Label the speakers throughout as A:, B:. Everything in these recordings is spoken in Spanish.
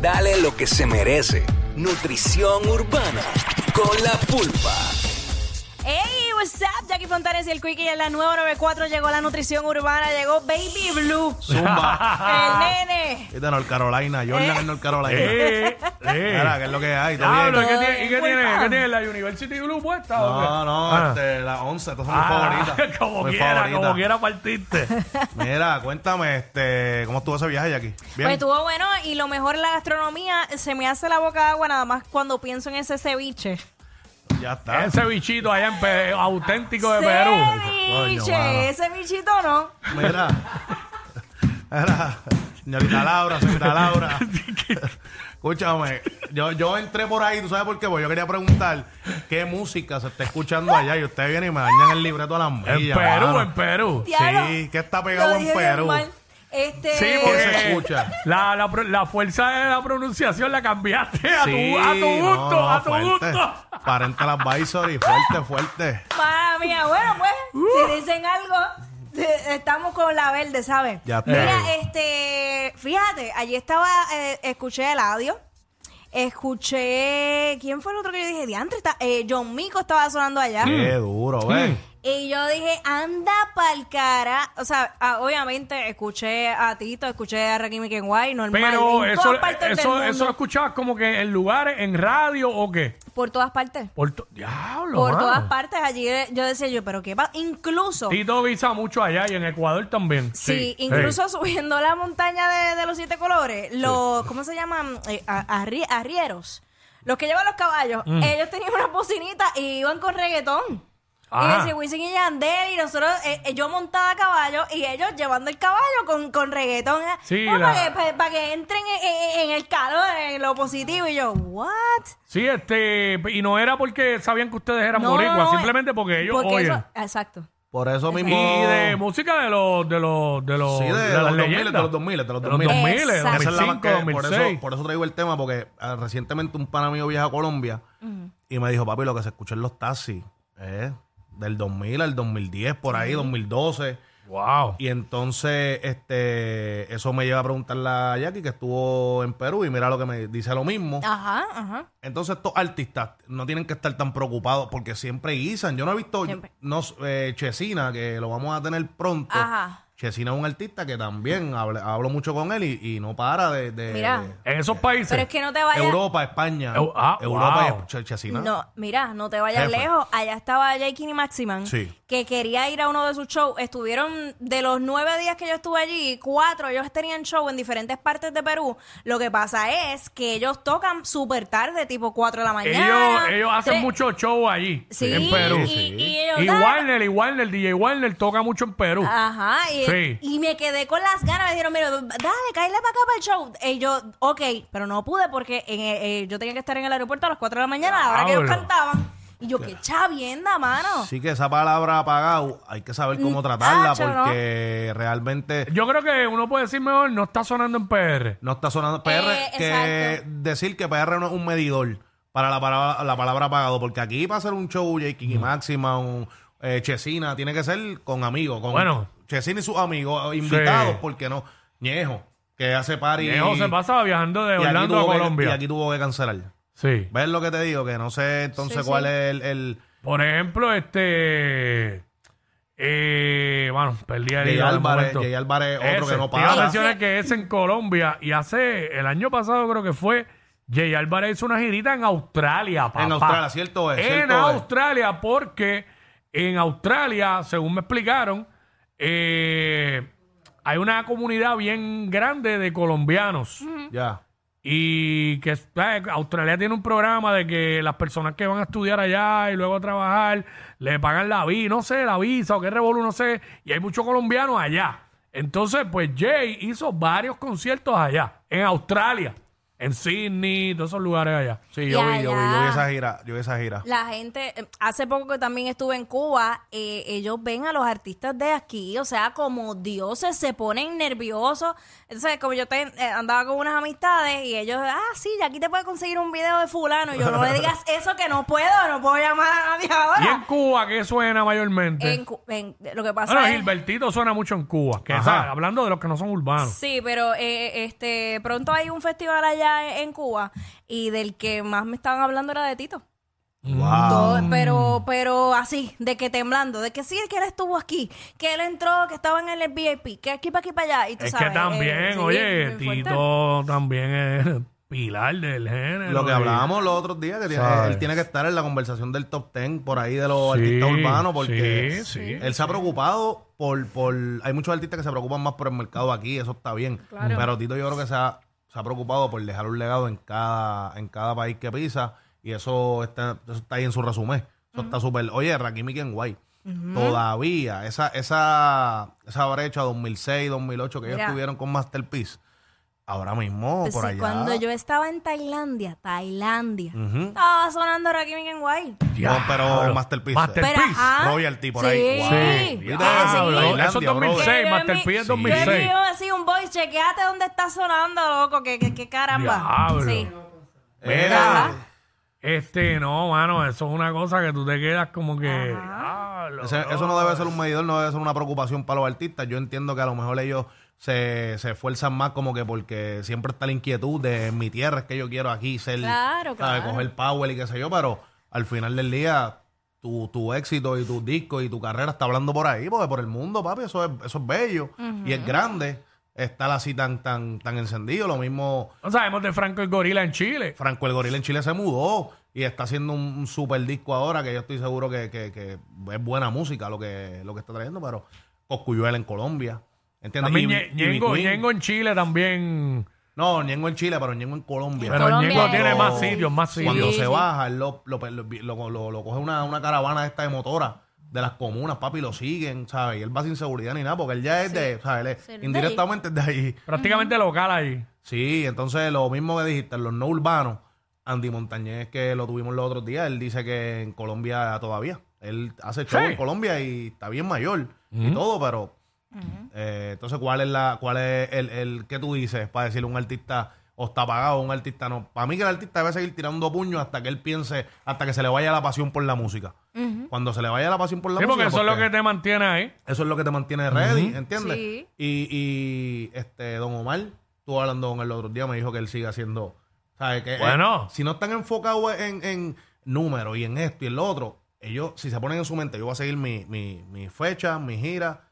A: Dale lo que se merece. Nutrición urbana con la pulpa.
B: Hey, what's up? Jackie Fontanes y el Quickie en la 994 llegó la nutrición urbana, llegó Baby Blue. El
C: Zumba.
B: nene.
C: Este North Carolina, Jordan es North Carolina.
D: Eh, eh.
C: Mira, ¿qué es lo que hay? ¿Todo
D: Diablo, ¿y
C: bien?
D: ¿qué tiene, ¿y qué tiene? ¿Qué tiene? ¿La University Blue puesta? o qué?
C: No, no,
D: Ah.
C: este, las 11, estas son mis
D: Ah,
C: favoritas.
D: como
C: mis
D: quiera, como
C: favoritas.
D: quiera partiste.
C: Mira, cuéntame, este, ¿cómo estuvo ese viaje, Jackie?
B: Pues
C: Bien.
B: estuvo bueno y lo mejor la gastronomía se me hace la boca agua nada más cuando pienso en ese ceviche.
C: ya está.
D: Ese bichito allá en Pe- auténtico de Perú.
B: Ceviche,
C: Pues, Coño, mano.
B: ese bichito no.
C: Mira. Mira, señorita Laura, señorita Laura. Escúchame, yo, yo entré por ahí, ¿tú sabes por qué? Porque yo quería preguntar qué música se está escuchando allá y ustedes vienen y me dañan el libreto a las millas.
D: En Perú,
C: mano.
D: en Perú.
B: Diablo.
C: ¿qué está
B: Lo
C: pegado en
B: dije bien
C: Perú?
B: mal. Este,
D: Sí,
C: ¿Qué se
D: porque
C: escucha?
D: Eh, la, la, pro- la fuerza de la pronunciación la cambiaste a, tu, a tu
C: no,
D: gusto,
C: no,
D: a tu
C: fuerte.
D: gusto.
C: Parental advisory, fuerte, fuerte.
B: Madre mía, bueno, pues, si
D: Uh.
B: dicen algo, eh, estamos con la verde, ¿sabes?
C: Ya está.
B: Mira, este, fíjate, allí estaba, eh, escuché el audio, escuché, ¿quién fue el otro que yo dije? Diantre, está, eh, John Mico estaba sonando allá.
D: Mm.
C: Qué duro, ven.
B: Y yo dije, anda pa'l cara. O sea, ah, obviamente escuché a Tito, escuché a Rakim y Kenway, normal.
D: Pero
B: en
D: eso,
B: todas partes del
D: eso,
B: mundo.
D: eso lo escuchabas como que en lugares, en radio o qué.
B: por todas partes.
D: Por to- Diablo.
B: Por
D: mano.
B: todas partes. Allí eh, yo decía yo, pero qué pasa. Incluso.
D: Tito visa mucho allá y en Ecuador también.
B: Sí, incluso subiendo la montaña de, de los siete colores, los, ¿cómo se llaman? Eh, a- arri- arrieros. Los que llevan los caballos,
D: Mm.
B: ellos tenían unas bocinitas y iban con reggaetón. Y
D: Ah.
B: decía Wisin y Yandel, y nosotros, eh, eh, yo montaba a caballo y ellos llevando el caballo con, con reggaetón. Eh,
D: Sí,
B: No,
D: la-
B: para, que, pa- pa' que entren en, en- en el calor, en lo positivo. Y yo, ¿what?
D: Sí, este, y no era porque sabían que ustedes eran boricuas, simplemente porque ellos
B: eh, porque
D: oyen.
B: eso- exacto.
C: Por eso mismo.
D: Y de música de los, de los, de los,
C: Sí, de,
D: de
C: los
D: las
C: 2000,
D: leyendas.
C: de los 2000, de los 2000.
D: 2000,
B: Exacto.
C: Esa es la
D: 2005,
C: banca, por,
D: 2006.
C: eso, por eso traigo el tema, porque ah, recientemente un pana mío viaja a Colombia y me dijo, papi, lo que se escuchó en los taxis, eh, del 2000 al 2010, por ahí, 2012.
D: Wow.
C: Y entonces, este, eso me lleva a preguntarle a Jackie, que estuvo en Perú, y mira lo que me dice lo mismo.
B: Ajá, ajá.
C: Entonces estos artistas no tienen que estar tan preocupados porque siempre guisan. Yo no he visto
B: Siempre.
C: no, eh, Chesina, que lo vamos a tener pronto.
B: Ajá.
C: Chesina es un artista que también habla- hablo, mucho con él y, y no para de, de-
B: Mira.
C: de
D: En esos países.
B: Pero es que no te vayas.
C: Europa, España.
D: Eu- ah,
C: Europa
D: wow.
C: y Ch- Chesina.
B: No, mira, no te vayas
C: Jefe.
B: lejos. Allá estaba Jakey Maximan,
C: Sí.
B: que quería ir a uno de sus shows. Estuvieron, de los nueve días que yo estuve allí, cuatro, ellos tenían show en diferentes partes de Perú. Lo que pasa es que ellos tocan súper tarde, tipo cuatro de la mañana.
D: ellos, ellos hacen
B: Tres-
D: mucho show allí,
B: Sí,
D: en Perú.
B: Y, y ellos-
D: Y Warner, y Warner, DJ Warner toca mucho en Perú.
B: Ajá, y,
D: Sí.
B: y me quedé con las ganas. Me dijeron, mira, dale, cállate para acá para el show. Y yo, ok, pero no pude porque en, eh, eh, yo tenía que estar en el aeropuerto a las 4 de la mañana, a la hora que ellos
D: Diablo.
B: cantaban. Y yo, qué chavienda, mano.
C: Sí que esa palabra apagado hay que saber cómo tratarla
B: Mm, tacho, ¿no?
C: porque realmente
D: Yo creo que uno puede decir mejor, no está sonando en PR.
C: no está sonando PR.
B: Eh,
C: que
B: exacto.
C: decir que PR no es un medidor para la palabra, la palabra pagado porque aquí para hacer un show, Jake y Máxima, un, eh, Chesina, tiene que ser con amigos. Con
D: Bueno.
C: Chesina y sus amigos, eh, invitados,
D: Sí.
C: porque no. Ñejo, que hace party.
D: Diego se pasaba viajando de
C: y aquí
D: Orlando
C: tuvo
D: a
C: que-
D: Colombia.
C: y aquí tuvo que cancelar.
D: sí.
C: ¿Ves lo que te digo? Que no sé entonces
B: Sí, sí.
C: cuál es el. el-
D: Por ejemplo, este. Eh, bueno, perdí el
C: Jay
D: hilo de
C: Álvarez,
D: momento.
C: Jay Álvarez, otro que no
D: Te iba a
C: para.
D: mencionar que es en Colombia y hace el año pasado creo que fue Jay Álvarez hizo una girita en Australia, papá.
C: Australia, cierto es,
D: En
C: cierto pues. es.
D: Australia, porque en Australia, según me explicaron, eh, hay una comunidad bien grande de colombianos.
C: Ya.
D: Y que eh, Australia tiene un programa de que las personas que van a estudiar allá y luego a trabajar le pagan la visa, no sé, la visa o qué revolú, no sé. Y hay muchos colombianos allá. Entonces, pues Jay hizo varios conciertos allá, en Australia, en Sydney, todos esos lugares allá.
C: Sí, yo
B: Ya,
C: vi, yo vi,
B: ya.
C: yo vi esa gira, yo vi esa gira.
B: La gente, eh, hace poco que también estuve en Cuba, eh, ellos ven a los artistas de aquí, o sea, como dioses, se ponen nerviosos. Entonces, como yo te, eh, andaba con unas amistades y ellos, ah, sí, aquí te puedes conseguir un video de fulano. Y yo, no le digas eso que no puedo, no puedo llamar a nadie
D: ¿Y en
B: ahora.
D: Cuba qué suena mayormente?
B: En Cu- en- lo que pasa
D: bueno,
B: es...
D: Gilbertito suena mucho en Cuba, que
C: Ajá.
D: sabe, hablando de los que no son urbanos.
B: Sí, pero eh, este pronto hay un festival allá e, en Cuba y del que más me estaban hablando era de Tito.
C: Wow.
D: Ah.
B: Todo- pero, pero así, de que temblando, de que sí, que él estuvo aquí, que él entró, que estaba en el VIP, que aquí para aquí para allá. Y tú
D: Es
B: sabes,
D: que también,
B: eh, sí,
D: oye,
B: bien fuerte.
D: Tito también es pilar del género.
C: Lo que
D: y-
C: hablábamos los otros días, que tiene-
D: ¿Sabes?
C: él tiene que estar en la conversación del top 10 por ahí de los
D: Sí,
C: artistas urbanos, porque
D: sí, sí,
C: él se ha preocupado por, por. Hay muchos artistas que se preocupan más por el mercado aquí, eso está bien. Pero Tito, yo creo que se ha, se ha preocupado por dejar un legado en cada, en cada país que pisa, y eso está, eso está ahí en su resumen. Eso está súper. Oye, Rakim y Ken White, Todavía, esa, esa, esa brecha 2006, 2008 que ellos
B: Mira.
C: tuvieron con Masterpiece, ahora mismo
B: Pues
C: por
B: sí,
C: allá.
B: Cuando yo estaba en Tailandia, Tailandia,
C: Ujú.
B: estaba sonando Rakim en Guay.
C: No, pero Masterpiece.
D: Masterpiece.
B: Pero, ajá.
C: Royalty por
B: Ah, sí. Ah,
C: ahí. Wow.
B: Sí.
C: ¿Viste?
D: Diablo,
C: Sí.
D: Eso es
C: Tailandia, bro.
B: Que
D: 2006,
B: yo en mi-
D: Masterpiece es
C: Sí.
B: Yo le
D: 2006.
B: digo así un voice, chequeate dónde está sonando, loco, que, que, que caramba.
D: Diablo.
B: Sí.
D: Mira, este, no, mano, eso es una cosa que tú te quedas como que... diablo,
C: Ese- eso no debe ser un medidor, no debe ser una preocupación para los artistas. Yo entiendo que a lo mejor ellos se, se esfuerzan más como que porque siempre está la inquietud de en mi tierra, es que yo quiero aquí ser,
B: Claro,
C: ¿sabes?
B: claro.
C: coger power y qué sé yo, pero al final del día tu, tu éxito y tus discos y tu carrera está hablando por ahí, porque por el mundo, papi, eso es, eso es bello y es grande. Estar así tan, tan, tan encendido, lo mismo
D: No sabemos de Franco el Gorila en Chile.
C: Franco el Gorila en Chile se mudó y está haciendo un, un super disco ahora que yo estoy seguro que, que- que es buena música lo que, lo que está trayendo, pero Coscuyuela en Colombia. ¿Entiendes?
D: También
C: Y-
D: Ñe-
C: y
D: Ñengo,
C: Bitwin.
D: Ñengo en Chile también.
C: No, Ñengo en Chile, pero Ñengo en Colombia.
D: Pero
B: Colombia
D: Ñengo
B: es-
D: tiene más sitios, más
B: Sí,
D: sitios.
C: Oh. Cuando
B: sí.
C: se baja, él lo, lo- lo- lo- lo coge una, una caravana de esta de motora de las comunas, papi, lo siguen, ¿sabes? Y él va sin seguridad ni nada, porque él ya es de, ¿sabes? Él es-
B: Sí, él es de
C: indirectamente es de ahí.
D: Prácticamente local ahí.
C: Sí, entonces lo mismo que dijiste, los no urbanos, Andy Montañez, que lo tuvimos los otros días, él dice que en Colombia todavía. Él hace show
D: Sí.
C: en Colombia y está bien mayor y todo, pero. eh, entonces, ¿cuál es la cuál es el, el que tú dices para decirle a un artista o está pagado o un artista no? Para mí que el artista debe seguir tirando puños hasta que él piense, hasta que se le vaya la pasión por la música. Cuando se le vaya la pasión por la
D: Sí, porque
C: música.
D: eso es lo
C: porque-
D: que te mantiene ahí.
C: eso es lo que te mantiene ready, ¿entiendes?
B: Sí.
C: Y, y este, don Omar, tú hablando con él el otro día, me dijo que él sigue haciendo. ¿Sabes? Que, eh,
D: Bueno.
C: si no están enfocados en, en números y en esto y en lo otro, ellos, si se ponen en su mente, yo voy a seguir mi, mi, mi fecha, mi gira,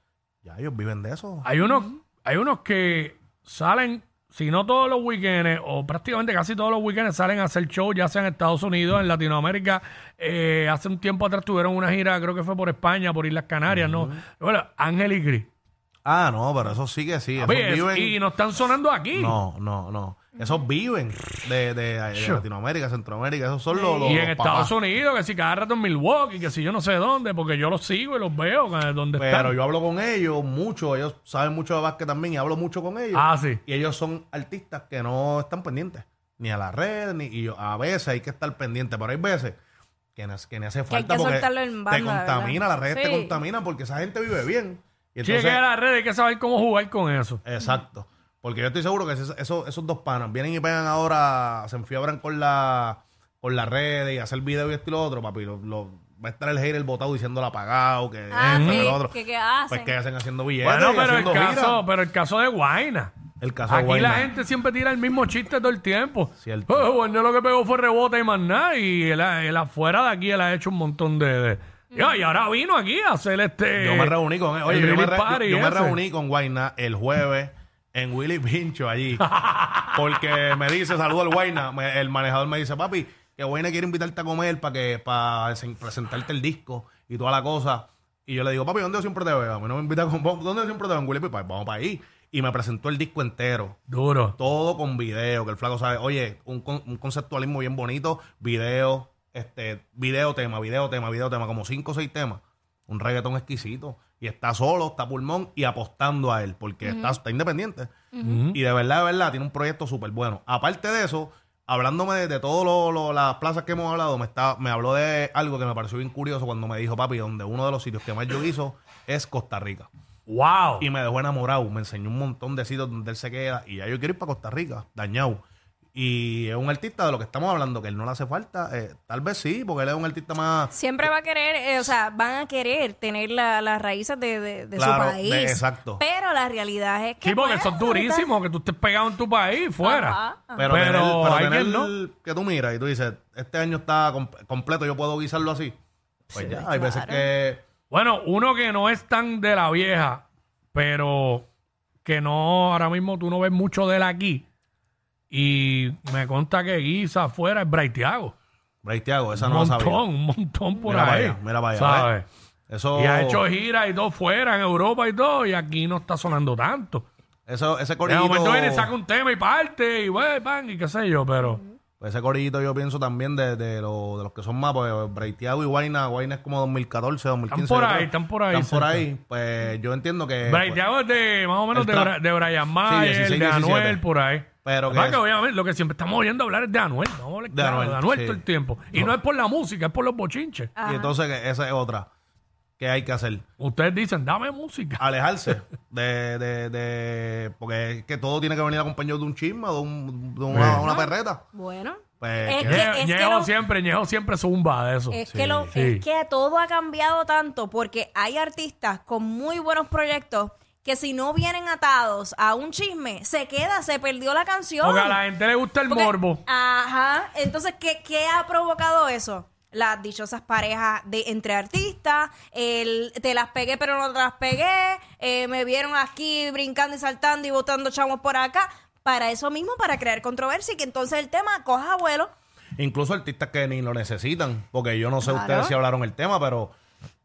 C: ya ellos viven de eso.
D: Hay unos, hay unos que salen, si no todos los weekends, o prácticamente casi todos los weekends, salen a hacer show, ya sea en Estados Unidos, en Latinoamérica. Eh, hace un tiempo atrás tuvieron una gira, creo que fue por España, por Islas Canarias, ¿no? Bueno, Ángel y Gris.
C: Ah, no, pero eso sí que sí. Esos
D: Oye, es-
C: viven.
D: Y no están sonando aquí.
C: No, no, no. Esos viven de, de- de Latinoamérica, Centroamérica. Esos son los. los-
D: Y en
C: los
D: Estados
C: papás.
D: Unidos, que si cada rato en Milwaukee, que si yo no sé dónde, porque yo los sigo y los veo, que- donde
C: Pero
D: están.
C: yo hablo con ellos mucho, ellos saben mucho de básquet también y hablo mucho con ellos.
D: Ah, sí.
C: Y ellos son artistas que no están pendientes, ni a la red, ni y yo- a veces hay que estar pendiente, pero hay veces que, no- que ni hace
B: hay
C: falta
B: que
C: porque
B: soltarlo en
C: te
B: banda, ¿verdad?
C: contamina, la red te
B: Sí.
C: contamina porque esa gente vive bien. Y
D: Sí, es que
C: entonces-
D: en la red hay que saber cómo jugar con eso.
C: Exacto. Porque yo estoy seguro que esos, esos- esos dos panas vienen y pegan ahora, se enfiebran con la con las redes y hacer video y esto y lo otro, papi. Lo, lo- va a estar el hater botado diciéndolo apagado, que
B: Ah,
C: esto, que
B: sí,
C: lo otro.
B: que qué hacen.
C: Pues que hacen haciendo billetes.
D: Bueno,
C: y
D: pero el,
C: haciendo giras.
D: caso, pero el caso de Guaina.
C: El caso de
D: Aquí
C: Guayna.
D: la gente siempre tira el mismo chiste todo el tiempo.
C: Cierto.
D: Eh, Guarnero lo que pegó fue rebote y más nada. Y él, ha- él afuera de aquí, él ha hecho un montón de. de- Ya, Y ahora vino aquí a hacer este.
C: Yo me reuní con él. Oye,
D: el
C: yo me,
D: release
C: re-
D: party
C: yo me
D: ese.
C: reuní con Guayna el jueves. en Willy Pincho allí. Porque me dice, saludo al Guayna. me- el manejador me dice, papi, que Guayna quiere invitarte a comer para que para sen- presentarte el disco y toda la cosa. Y yo le digo, papi, ¿dónde yo siempre te veo? A mí no me invita a comer. ¿Dónde yo siempre te veo? En Willy Pincho. Pues, Vamos para ahí. Y me presentó el disco entero.
D: Duro.
C: Todo con video, que el flaco sabe. Oye, un, con- un conceptualismo bien bonito. Video, este, video tema, video tema, video tema, como cinco o seis temas. Un reggaetón exquisito. Y está solo, está pulmón y apostando a él, porque está, está independiente. Y de verdad, de verdad, tiene un proyecto súper bueno. Aparte de eso, hablándome de, de todas las plazas que hemos hablado, me, está, me habló de algo que me pareció bien curioso cuando me dijo, papi, donde uno de los sitios que más yo hizo es Costa Rica.
D: Wow.
C: Y me dejó enamorado. Me enseñó un montón de sitios donde él se queda. Y ya yo quiero ir para Costa Rica, dañado. Y es un artista de lo que estamos hablando, que él no le hace falta. eh, tal vez sí, porque él es un artista más.
B: Siempre va a querer, eh, o sea, van a querer tener la- las raíces de, de- de
C: Claro,
B: su país.
C: de- exacto.
B: Pero la realidad es que.
D: Sí, porque
B: pues, Ah,
D: eso es durísimo, que tú estés pegado en tu país, fuera.
B: Ajá.
C: Pero,
D: Pero
C: tener, pero
D: hay
C: tener
D: quien no.
C: que tú miras y tú dices, este año está com- completo, yo puedo guisarlo así. Pues ya, hay veces que.
D: Bueno, uno que no es tan de la vieja, pero que no, ahora mismo tú no ves mucho de él aquí. Y me consta que Guisa afuera es Braithiago.
C: Bray Thiago, esa
D: Un
C: no la
D: montón,
C: sabía.
D: un montón por
C: Mira para
D: ahí.
C: allá, mira para allá, ¿eh?
D: ¿sabes?
C: Eso,
D: Y ha hecho giras y todo fuera, en Europa y todo, y aquí no está sonando tanto.
C: eso, ese
D: De
C: corillito.
D: momento viene, y saca un tema y parte, y wey, pan, y qué sé yo, pero...
C: Pues ese corillito yo pienso también de, de, lo- de los que son más, pues Breiteado y Guayna, Guayna es como 2014, 2015.
D: Están por
C: yo creo.
D: ahí, están por ahí,
C: Están por
D: cerca.
C: ahí. Pues yo entiendo que... pues,
D: Braithiago es de más o menos
C: el
D: de,
C: trap.
D: Bra- de Brian Mayer,
C: 16,
D: de
C: 17.
D: Anuel, por ahí.
C: Pero que
D: Además
C: es-
D: obviamente, lo que siempre estamos oyendo hablar es de Anuel. Vamos a hablar
C: De
D: claro,
C: Anuel,
D: de Anuel
C: sí.
D: todo el tiempo. Y no. es por la música, es por los bochinches.
C: y entonces que esa es otra que hay que hacer.
D: Ustedes dicen, dame música.
C: Alejarse de, de, de... Porque es que todo tiene que venir acompañado de un chisme, de, un, de una,
D: Pues,
C: una perreta.
B: Bueno.
C: Pues,
B: Es
C: que-
B: que-
D: Ñejo Ñejo
B: lo-
D: siempre, Ñejo siempre zumba de eso.
B: Es,
C: Sí.
B: que lo,
D: Pues Sí.
B: es que todo ha cambiado tanto porque hay artistas con muy buenos proyectos que si no vienen atados a un chisme, se queda, se perdió la canción.
D: Porque a la gente le gusta el
B: Porque-
D: morbo.
B: Ajá. Entonces, ¿qué, qué ha provocado eso? Las dichosas parejas de entre artistas, el te las pegué pero no te las pegué, eh, me vieron aquí brincando y saltando y botando chamos por acá, para eso mismo, para crear controversia y que entonces el tema coja vuelo.
C: Incluso artistas que ni lo necesitan, porque yo no sé
B: Claro.
C: ustedes si hablaron el tema, pero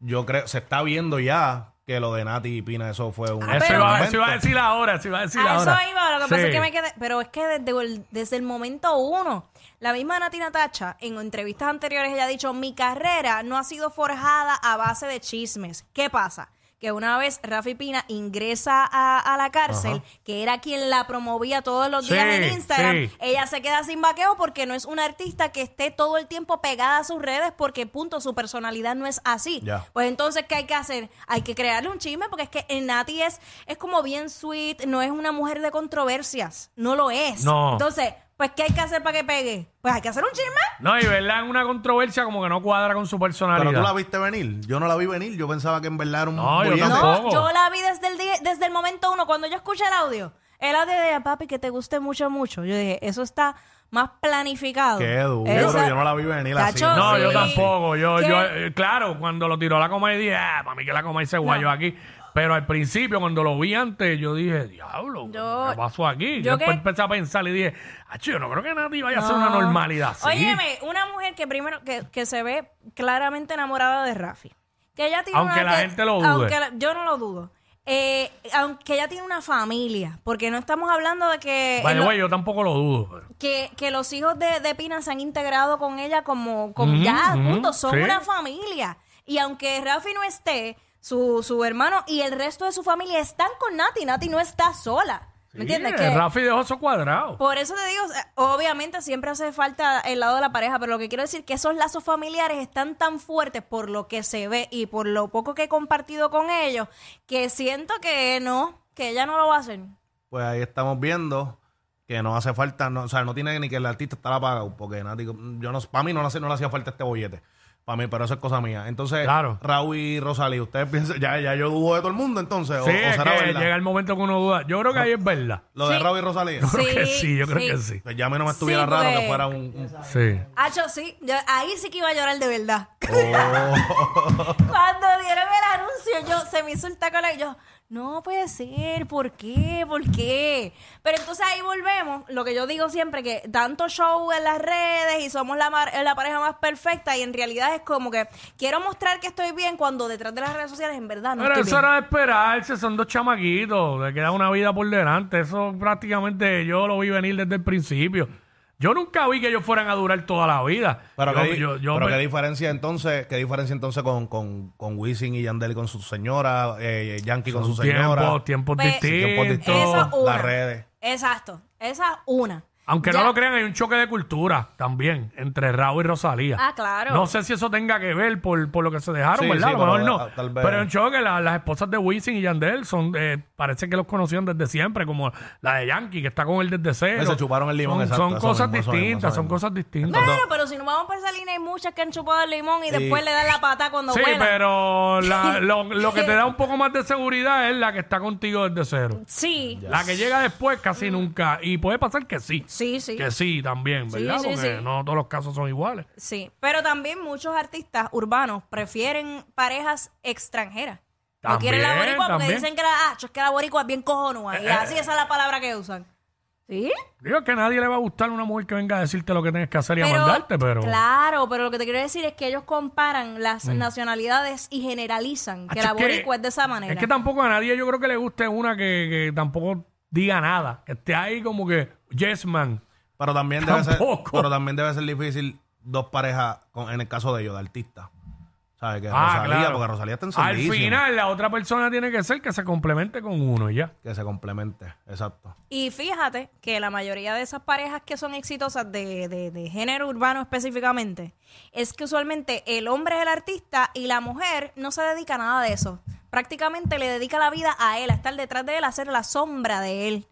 C: yo creo, se está viendo ya que lo de Nati y Pina, eso fue un...
B: Ah,
D: eso,
B: pero-
D: iba,
C: momento.
D: eso iba a decir ahora, eso iba a decir
B: a
D: ahora.
B: eso iba, lo que pasa
D: Sí.
B: es que me quedé. Pero es que desde el, desde el momento uno, la misma Natina Tacha, en entrevistas anteriores, ella ha dicho: Mi carrera no ha sido forjada a base de chismes. ¿Qué pasa? Que una vez Rafi Pina ingresa a, a la cárcel, que era quien la promovía todos los
D: Sí,
B: días en Instagram,
D: sí.
B: ella se queda sin vaqueo porque no es una artista que esté todo el tiempo pegada a sus redes porque, punto, su personalidad no es así.
C: Ya.
B: Pues entonces, ¿qué hay que hacer? Hay que crearle un chisme porque es que el Nati es, es como bien sweet, no es una mujer de controversias, no lo es.
D: No.
B: Entonces, pues, ¿qué hay que hacer para que pegue? Pues hay que hacer un chisme.
D: No, y verdad, es una controversia como que no cuadra con su personalidad.
C: Pero tú la viste venir. Yo no la vi venir. Yo pensaba que en verdad era un
D: No, yo
C: bollete.
D: tampoco.
B: No, yo la vi desde el, día- desde el momento uno, cuando yo escuché el audio, el audio de papi que te guste mucho, mucho. Yo dije, eso está más planificado.
C: Qué duro,
B: Esa-
C: yo no la vi venir así.
B: Tacho,
D: No,
B: sí.
D: yo tampoco. Yo,
B: ¿Qué?
D: yo, eh, claro, cuando lo tiró a la comedia dije, ah, para mí que la comedia se guayó aquí. Pero al principio, cuando lo vi antes, yo dije, diablo,
B: Yo-
D: ¿qué pasó aquí?
B: yo
D: Yo, después
B: que-
D: empecé a pensar y dije, ah, yo no creo que nadie vaya a hacer una normalidad así.
B: Óyeme, una mujer que primero que, que se ve claramente enamorada de Rafi. Que ella tiene
D: Aunque
B: una-
D: la
B: que-
D: gente lo dude.
B: aunque la- yo no lo dudo. Eh, aunque ella tiene una familia, porque no estamos hablando de que,
D: By the
B: lo-
D: way, yo tampoco lo dudo. pero-
B: que, que los hijos de, de Pina se han integrado con ella como, como ya
D: ujú,
B: juntos, son
D: sí.
B: una familia. Y aunque Rafi no esté, su, su hermano y el resto de su familia están con Nati. Nati no está sola. ¿Me
D: Sí,
B: entiendes?
D: eh,
B: Que-
D: Rafi dejó eso cuadrado.
B: por eso te digo, o sea, obviamente siempre hace falta el lado de la pareja, pero lo que quiero decir que esos lazos familiares están tan fuertes por lo que se ve y por lo poco que he compartido con ellos, que siento que no, que ella no lo va a hacer.
C: Pues ahí estamos viendo que no hace falta, no, o sea, no tiene ni que el artista estar apagado, porque Nati, yo no, para mí no, le hace- no le hacía falta este bollete. Para mí, pero eso es cosa mía. Entonces,
D: Claro.
C: Raúl y Rosalía, ustedes piensan, ya, ya yo dudo de todo el mundo, entonces, o,
D: sí,
C: o
D: es
C: será
D: que
C: verdad.
D: llega el momento que uno duda. Yo creo que ahí es verdad.
C: Lo de Raúl y Rosalía.
D: Yo creo que sí, yo creo que sí.
C: Pues ya a mí no me estuviera
B: Sí,
C: raro
B: porque-
C: que fuera un. un-
D: Sí.
B: Hacho, sí, yo- ahí sí que iba a llorar de verdad.
C: Oh.
B: Cuando dieron el anuncio, yo se me hizo el taco en la- y yo, No puede ser, ¿por qué? ¿Por qué? Pero entonces ahí volvemos, lo que yo digo siempre, que tanto show en las redes y somos la, mar- la pareja más perfecta y en realidad es como que quiero mostrar que estoy bien cuando detrás de las redes sociales en verdad no
D: Pero
B: estoy
D: eso
B: bien.
D: era de esperarse, son dos chamaquitos, le queda una vida por delante. Eso prácticamente yo lo vi venir desde el principio. Yo nunca vi que ellos fueran a durar toda la vida.
C: Pero,
D: Yo-
C: qué, di-
D: yo- yo
C: pero
D: pe-
C: qué diferencia entonces, qué diferencia entonces con, con, con Wisin y Yandel con su señora, eh, Yankee con su señora.
D: tiempos, tiempos
B: Pues,
C: Tiempos
D: distintos.
C: distintos.
B: Esa una.
C: las redes.
B: Exacto, esa una.
D: Aunque
B: Ya.
D: no lo crean, hay un choque de cultura también entre Raúl y Rosalía.
B: Ah, claro.
D: No sé si eso tenga que ver por, por lo que se dejaron,
C: Sí, sí,
D: ¿verdad? a lo
C: pero,
D: mejor
C: ah,
D: no.
C: tal vez.
D: Pero en choque, la- las esposas de Wisin y Yandel son, eh, parece que los conocían desde siempre, como la de Yankee, que está con él desde cero.
C: se chuparon el limón,
D: Son,
C: exacto,
D: son
C: eso
D: cosas
C: mismo, eso mismo,
D: distintas,
C: eso
D: son
C: mismo.
D: cosas distintas.
B: Bueno, pero si nos vamos por esa línea hay muchas que han chupado el limón y, después le dan la pata cuando
D: sí,
B: vuelan.
D: pero la- lo, lo que te da un poco más de seguridad es la que está contigo desde cero.
B: Sí,
D: La que llega después casi nunca. Y puede pasar que sí.
B: Mm. sí, sí.
D: Que sí también,
B: Sí,
D: ¿verdad?
B: sí,
D: Porque
B: sí.
D: no todos los casos son iguales.
B: Sí, pero también muchos artistas urbanos prefieren parejas extranjeras. no
D: También,
B: quieren la boricua porque
D: también. Eh,
B: dicen que la, ah, cho, es que la boricua es bien cojonúa. Y así esa es la palabra que usan. ¿Sí?
D: Digo que a nadie le va a gustar una mujer que venga a decirte lo que tienes que hacer y a mandarte, pero.
B: Claro, pero lo que te quiero decir es que ellos comparan las nacionalidades y generalizan que
D: Acho,
B: la
D: Ah, es que-
B: boricua es de esa manera.
D: Es que tampoco a nadie yo creo que le guste una que, que tampoco diga nada. Que esté ahí como que, yes man.
C: Pero también debe ser,
D: Tampoco.
C: pero también debe ser difícil dos parejas con- en el caso de ellos, de artistas. ¿Sabes? Que
D: Ah,
C: Rosalía,
D: claro.
C: porque Rosalía está
D: Al
C: encendidísima.
D: final, la otra persona tiene que ser que se complemente con uno y ya.
C: Que se complemente, exacto.
B: Y fíjate que la mayoría de esas parejas que son exitosas de, de- de género urbano específicamente, es que usualmente el hombre es el artista y la mujer no se dedica a nada de eso. Prácticamente le dedica la vida a él, a estar detrás de él, a ser la sombra de él.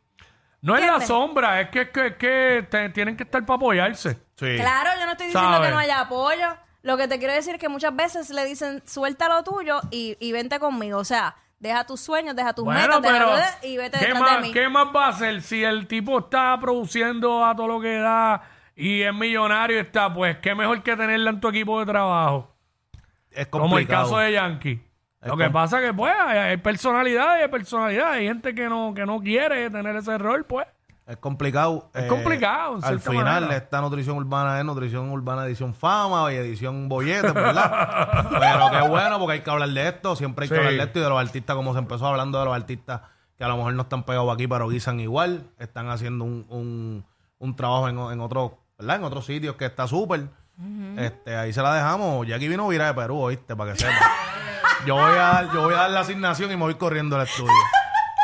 D: No es la
B: ¿Entiendes?
D: sombra, es que, es que, es que te- tienen que estar para apoyarse.
C: Sí.
B: Claro, yo no estoy diciendo
D: Sabe.
B: que no haya apoyo. Lo que te quiero decir es que muchas veces le dicen, suelta lo tuyo y, y vente conmigo. O sea, deja tus sueños, deja tus metas,
D: Bueno, pero
B: deja- y vete
D: ¿qué
B: detrás
D: más,
B: de mí.
D: ¿qué más va a hacer si el tipo está produciendo a todo lo que da y es millonario y está? Pues qué mejor que tenerla en tu equipo de trabajo.
C: Es
D: Como el
C: complicado.
D: caso de Yankee.
C: Es
D: Lo que
C: com-
D: pasa que pues hay, hay personalidades, hay personalidades, hay gente que no, que no quiere tener ese rol, pues.
C: Es complicado. eh,
D: Es complicado, en
C: Al
D: cierta
C: final,
D: manera.
C: esta nutrición urbana es nutrición urbana edición fama y edición bollete, ¿verdad? Pero qué bueno, porque hay que hablar de esto. Siempre hay que
D: Sí.
C: hablar de esto y de los artistas, como se empezó hablando de los artistas que a lo mejor no están pegados aquí, pero guisan igual. Están haciendo un, un, un trabajo en, o- en otro, ¿verdad? En otros sitios que está súper. Este, ahí se la dejamos. Jackie vino vira de Perú, oíste, para que sepa. Yo voy a dar, yo voy a dar la asignación y me voy corriendo al estudio.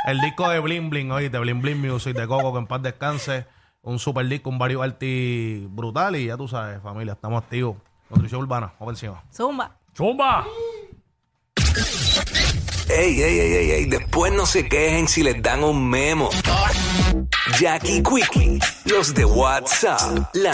C: El disco de Bling Bling, oíste, Bling Bling Music de Coco, que en paz descanse. Un super disco, un varios arti brutal y ya tú sabes, familia, estamos activos. Nutrición urbana, vamos encima.
B: Zumba.
D: ¡Zumba!
A: Ey, ey, ey, ey, ey, después no se quejen si les dan un memo. Jackie Quickie, los de WhatsApp, la